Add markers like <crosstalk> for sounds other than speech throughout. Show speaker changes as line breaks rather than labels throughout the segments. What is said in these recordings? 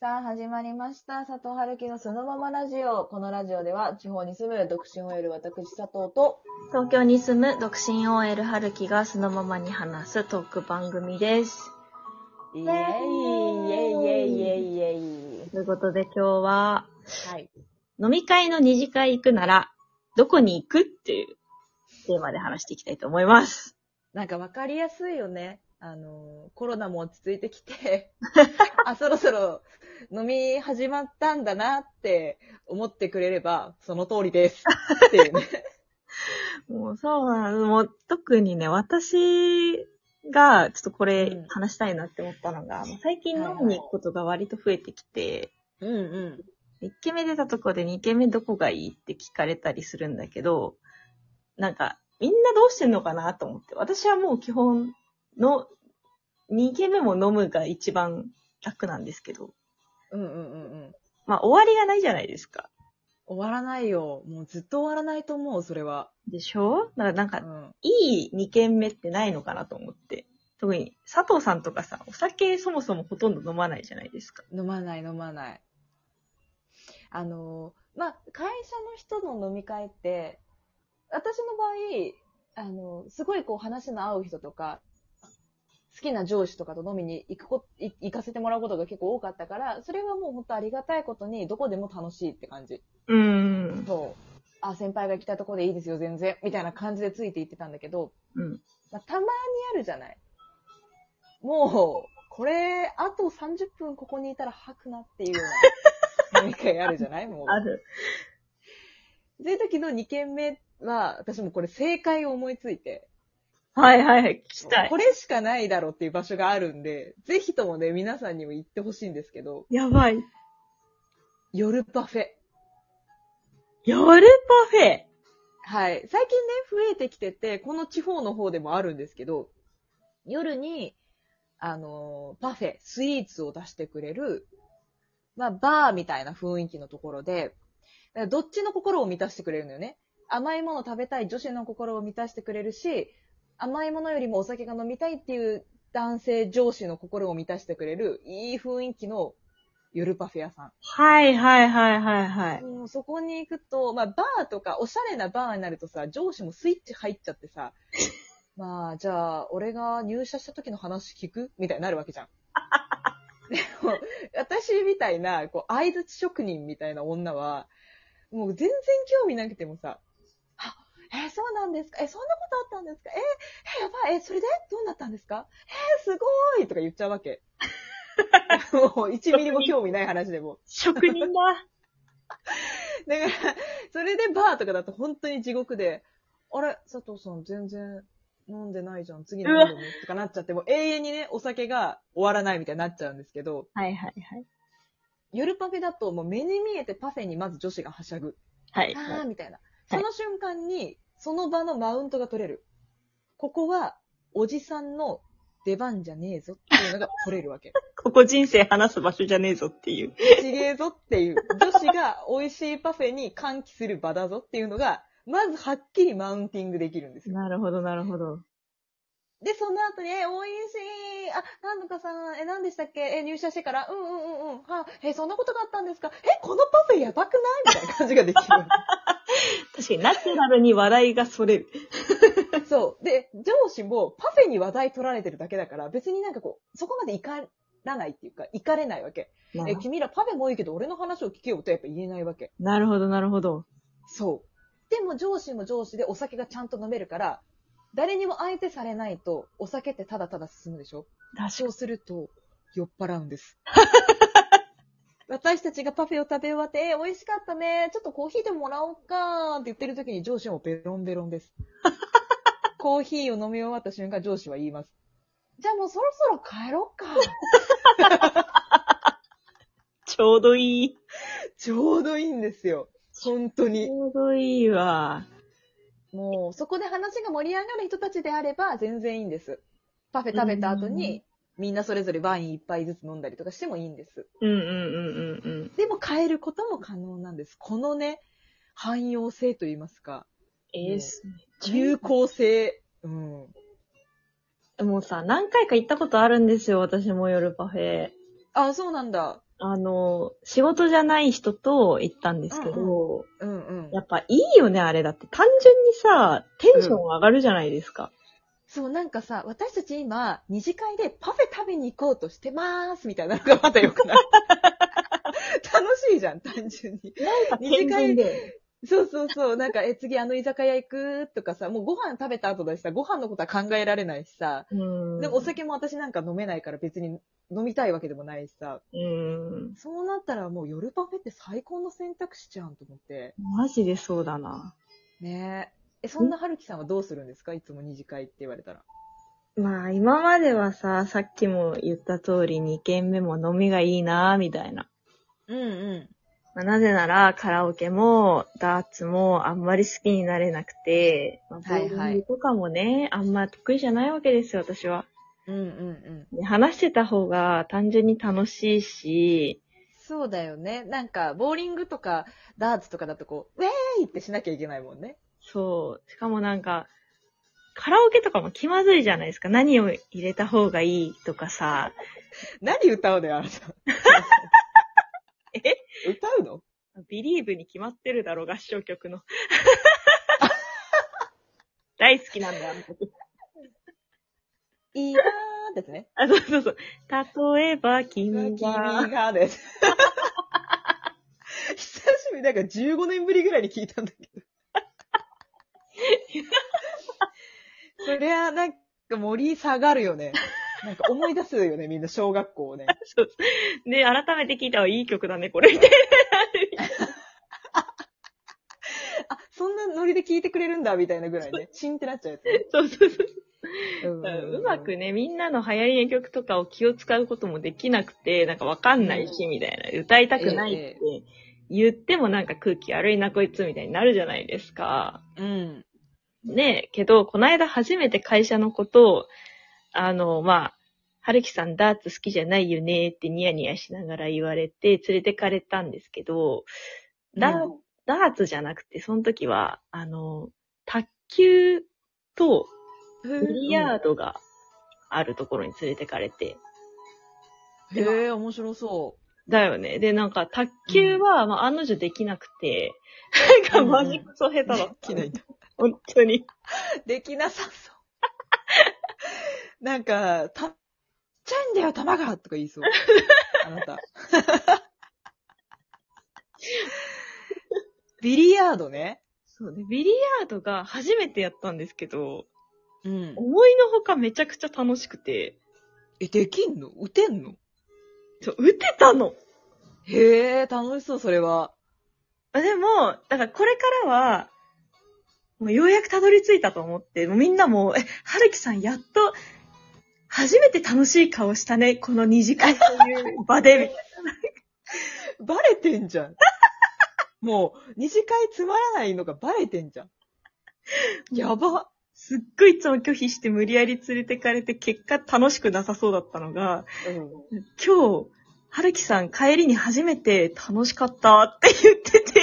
さあ、始まりました。佐藤春樹のそのままラジオ。このラジオでは、地方に住む独身を得る私佐藤と、
東京に住む独身 OL 春樹がそのままに話すトーク番組です。
イェイイ
ェイ
ェイイェイイェイイェイ。
ということで今日は、
はい。
飲み会の二次会行くなら、どこに行くっていうテーマで話していきたいと思います。
なんかわかりやすいよね。あの、コロナも落ち着いてき <laughs> て、あ、そろそろ飲み始まったんだなって思ってくれれば、その通りです。っていうね。
もうそうなの、もう特にね、私がちょっとこ
う
れ
ん
話したいなって思ったのが、もう最近飲みに行くことが割と増えてきて、
<laughs> うんうん。
1軒目出たとこで2軒目どこがいいって聞かれたりするんだけど、なんか、みんなどうしてんのかなと思って。私はもう基本の、2軒目も飲むが一番楽なんですけど、
うんうんうんうん。
まあ終わりがないじゃないですか。
終わらないよ。もうずっと終わらないと思う、それは。
でしょだからなん
う
か、
ん。
いい2軒目ってないのかなと思って。特に、佐藤さんとかさ、お酒そもそもほとんど飲まないじゃないですか。
飲まない飲まない。あのー、まあ、会社の人の飲み会って、私の場合、あのー、すごいこう話の合う人とか、好きな上司とかと飲みに行くこ、い行かせてもらうことが結構多かったから、それはもう本当ありがたいことに、どこでも楽しいって感じ。
うーん。
そう。あ、先輩が来たとこでいいですよ、全然。みたいな感じでついて行ってたんだけど、
うん。
まあ、たまにあるじゃない。もう、これ、あと30分ここにいたら吐くなっていうような飲み会あるじゃないも
あ
う。
る。
そういう時の2軒目は、私もこれ正解を思いついて、
はいはいはい、聞きたい
こ。れしかないだろうっていう場所があるんで、ぜひともね、皆さんにも行ってほしいんですけど、
やばい。
夜パフェ。
夜パフェ
はい。最近ね、増えてきてて、この地方の方でもあるんですけど、夜に、あのーパフェ、スイーツを出してくれる、まあ、バーみたいな雰囲気のところで、どっちの心を満たしてくれるのよね。甘いもの食べたい女子の心を満たしてくれるし、甘いものよりもお酒が飲みたいっていう男性上司の心を満たしてくれる、いい雰囲気の夜パフェ屋さん。
はいはいはいはいはい。
もうそこに行くと、まあ、バーとか、おしゃれなバーになるとさ、上司もスイッチ入っちゃってさ、
<laughs>
まあ、じゃあ、俺が入社した時の話聞くみたいになるわけじ
<laughs>
ゃん。でも、私みたいな、こう、相づ職人みたいな女は、もう全然興味なくてもさ、あえーそうなんですかえそんなことあったんですかえーえーやばいえーそれでどうなったんですかえーすごいとか言っちゃうわけ。
<laughs>
もう、1ミリも興味ない話でも。
職人 <laughs> だ。
だから、それでバーとかだと本当に地獄で、あれ、佐藤さん全然飲んでないじゃん、次飲んでもとかなっちゃって、もう永遠にね、お酒が終わらないみたいになっちゃうんですけど、
はいはいはい。
夜パフェだともう目に見えてパフェにまず女子がはしゃぐ。
はい。
あーみたいな。
は
そ
い
の瞬間に、その場のマウントが取れる。ここは、おじさんの出番じゃねえぞっていうのが取れるわけ。
ここ人生話す場所じゃねえぞっていう。
ちげえぞっていう、女子が美味しいパフェに歓喜する場だぞっていうのが、まずはっきりマウンティングできるんですよ。
なるほどなるほど。
で、その後に、え、応援しい、あ、なんとかさん、え、何でしたっけえ、入社してから、うんうんうんうん、は、え、そんなことがあったんですかえ、このパフェやばくないみたいな感じができ
確かにナチュラルに話題がそれる。
<laughs> る。そう。で、上司もパフェに話題取られてるだけだから、別になんかこう、そこまで怒らないっていうか、怒れないわけ。
な
え、君らパフェもいいけど、俺の話を聞けよとやっぱ言えないわけ。
るほどなるほど。
そう。でも上司も上司でお酒がちゃんと飲めるから、誰にも相手されないと、お酒ってただただ進むでしょ
確か
そうすると、酔っ払うんです。私たちがパフェを食べ終わって、えー美味しかったね。ちょっとコーヒーでもらおうか。って言ってる時に上司もベロンベロンです。コーヒーを飲み終わった瞬間上司は言います。じゃあもうそろそろ帰ろうか。
ちょうどいい。
ちょうどいいんですよ。本当に
ち。ょうどいいわ。
もう、そこで話が盛り上がる人たちであれば全然いいんです。パフェ食べた後に、みんなそれぞれワイン一杯ずつ飲んだりとかしてもいいんです。
うんうんうんうんうん。
でも変えることも可能なんです。このね、汎用性と言いますか、う
えー
ん
す
有効性。うん。
もうさ、何回か行ったことあるんですよ、私も夜パフェ。
あ、そうなんだ。
あの、仕事じゃない人と行ったんですけど、
うんうん
や。っぱいいよね、あれだって。単純にさ、テンション上がるじゃないですか。
そう、なんかさ、私たち今、二次会でパフェ食べに行こうとしてまーすみたいなのがまたよくない <laughs> 楽しいじゃん、単純に。
なんか
二次会
で。
そうそうそう。なんか、え、次あの居酒屋行くとかさ、もうご飯食べた後だしさ、ご飯のことは考えられないしさ、
うん。
でもお酒も私なんか飲めないから別に飲みたいわけでもないしさ、
うん。
そうなったらもう夜パフェって最高の選択肢じゃんと思って。
マジでそうだな。
ねえ。え、そんな春樹さんはどうするんですかいつも二次会って言われたら。
まあ、今まではさ、さっきも言った通り2軒目も飲みがいいな、みたいな。
うんう
まあ、なぜなら、カラオケも、ダーツも、あんまり好きになれなくて、まあ、ボ
はいはい
ーリングとかもね、あんま得意じゃないわけですよ、私は。
ん。うんうんうん。
ね話してた方が単純に楽しいし、
そうだよね。なんか、ボーリングとか、ダーツとかだとこう、ウェーイってしなきゃいけないもんね。
そう。しかもなんか、カラオケとかも気まずいじゃないですか。何を入れた方がいいとかさ。
何歌うのよ、あ <laughs> なた。
え
歌うの
ビリーブに決まってるだろう、合唱曲 <laughs> の。大好きなんだよ、あの曲
いいなーですね。
あ、そうそうそう。例えば、
君
君が。
がです。 <laughs> 久しぶり、なんか15年ぶりぐらいに聞いたんだけど。 <laughs> そりゃ、なんか盛り下がるよね。なんか思い出すよね、みんな小学校をね。
で、改めて聞いたらいい曲だね、 <laughs> これ。みたいな
<laughs> あ、そんなノリで聞いてくれるんだ、みたいなぐらいね。チンってなっちゃうやつね。
そうそうそう。
うんんん
うまくね、みんなの流行りの曲とかを気を使うこともできなくて、なんかわかんないし、みたいな。歌いたくないって言ってもなんか空気悪いな、こいつ、みたいになるじゃないですか。
うん。
ねえ、けど、この間初めて会社のことを、あの、まあ、はるきさんダーツ好きじゃないよねってニヤニヤしながら言われて連れてかれたんですけど、ダー
うん
ダーツじゃなくて、その時は、あの、卓球とビリヤードがあるところに連れてかれて。
へえ、面白そ <laughs>
だよね。で、なんか、卓球は、まあ、案の定できなくて、なんか、マジクソ下手
う。
だった。
きないんだ。
本当に。
できなさそう。 <laughs> なんか、たっちゃいんだよ、玉がとか言いそう。あなた。 <laughs> ビリヤードね。
そうね。ビリヤードが初めてやったんですけど、
うん。
思いのほかめちゃくちゃ楽しくて、
え、できんの打てんの
そう、打てたの
へえ、楽しそう、それは。
あでも、だからこれからは、もうようやくたどり着いたと思って、もうみんなもう、え、はるきさんやっと、初めて楽しい顔したね、この二次会という場で、みたい
バレてんじゃん。もう、二次会つまらないのがバレてんじゃん。
な
やば。
すっごいいつも拒否して無理やり連れてかれて、結果楽しくなさそうだったのが、
うん。
今日、はるきさん帰りに初めて楽しかったって言ってて、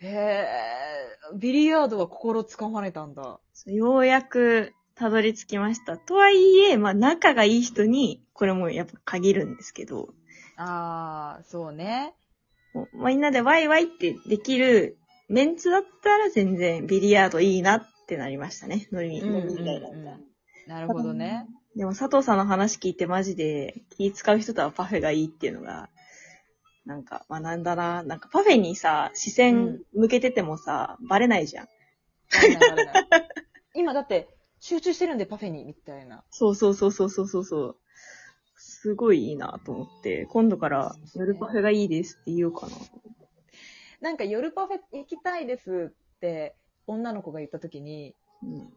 へえ、ビリヤードは心掴まれたんだ。
そうようやくたどり着きました。とはいえ、まあ仲がいい人に、これもやっぱ限るんですけど、
ああ、そうね。
もうみんなでワイワイってできるメンツだったら全然ビリヤードいいなってなりましたね。ノリ、
うんうんうん
ノリみたいだったら。
なるほどね。
でも佐藤さんの話聞いてマジで気使う人とはパフェがいいっていうのが、なんか学んだな。なんかパフェにさ、視線向けててもさ、バレないじゃん。
わかんないわかんない <laughs> 今だって、集中してるんでパフェに、みたいな。
そうそうそうそうそうそうそう。すごいいいなと思って、今度から夜パフェがいいですって言おうかな。
なんか夜パフェ行きたいですって、女の子が言った時に、
うん、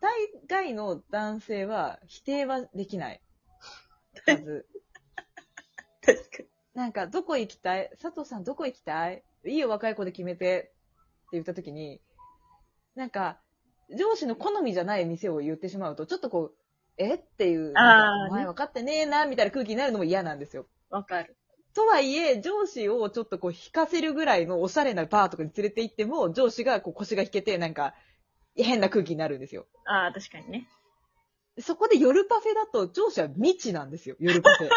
大概の男性は否定はできない。は
<laughs>
ず。
確か
なんか、どこ行きたい佐藤さんどこ行きたいいいよ、若い子で決めて。って言った時に、なんか、上司の好みじゃない店を言ってしまうと、ちょっとこう、えっていう、なん
あー
かお前分かってねえな、みたいな空気になるのも嫌なんですよ。
<laughs> わかる。
とはいえ、上司をちょっとこう引かせるぐらいのおしゃれなバーとかに連れて行っても、上司がこう腰が引けて、なんか、変な空気になるんですよ。
ああ、確かにね。
そこで夜パフェだと上司は未知なんですよ、夜パフェ。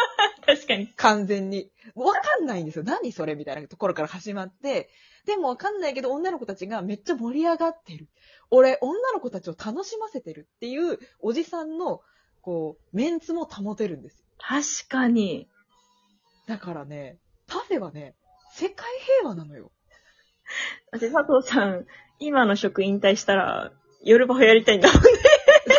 確かに。
完全に。わかんないんですよ。何それみたいなところから始まって。でもわかんないけど、女の子たちがめっちゃ盛り上がってる。俺、女の子たちを楽しませてるっていう、おじさんの、こう、メンツも保てるんですよ。
確かに。
だからね、パフェはね、世界平和なのよ。
だって佐藤さん、今の職引退したら、夜バフやりたいんだもんね。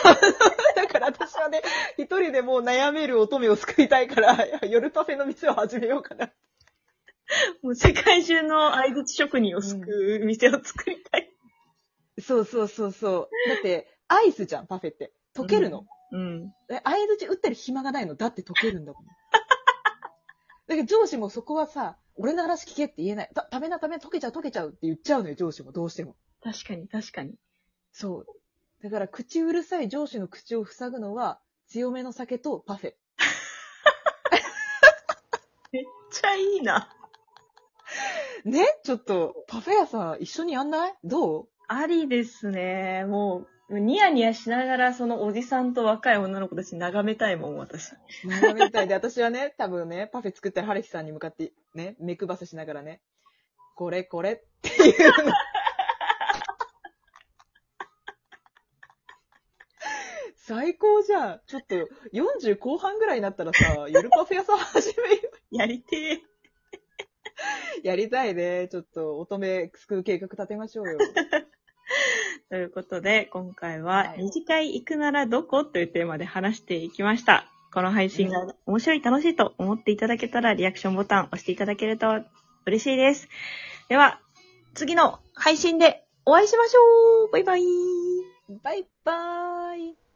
<laughs> だから私はね、一人でもう悩める乙女を救いたいから、 <laughs> 夜パフェの店を始めようかな。
<laughs> もう世界中の相槌職人を救う店を作りたい。
そうそうそうそう。だって、アイスじゃん、パフェって。溶けるの。
うん。
え、相づち打ってる暇がないの。だって溶けるん <laughs> だもん。だから上司もそこはさ、俺の話聞けって言えない。た食べな食べな、溶けちゃう溶けちゃうって言っちゃうのよ、上司も。どうしても。
確かに、確かに。
そう。だから口うるさい上司の口を塞ぐのは、強めの酒とパフェ。
めっちゃいいな。
ねちょっと、パフェ屋さん一緒にやんないどう
ありですね。もう、ニヤニヤしながら、そのおじさんと若い女の子たち眺めたいもん、私。
<laughs> 眺めたいで、私はね、多分ね、パフェ作ってる春樹さんに向かって、ね、目くばせしながらね、これこれっていうの。 <laughs> 最高じゃん。ちょっと、40後半ぐらいになったらさ、ゆるパフェ屋さん始めよ
やりてえ。
う。やりたいね。ちょっと、乙女救う計画立てましょうよ。
ということで、今回は
は、い
二次会行くならどこというテーマで話していきました。この配信
うん
が面白い、楽しいと思っていただけたら、リアクションボタンを押していただけると嬉しいです。では、次の配信でお会いしましょうバイバイ
バイバーイ。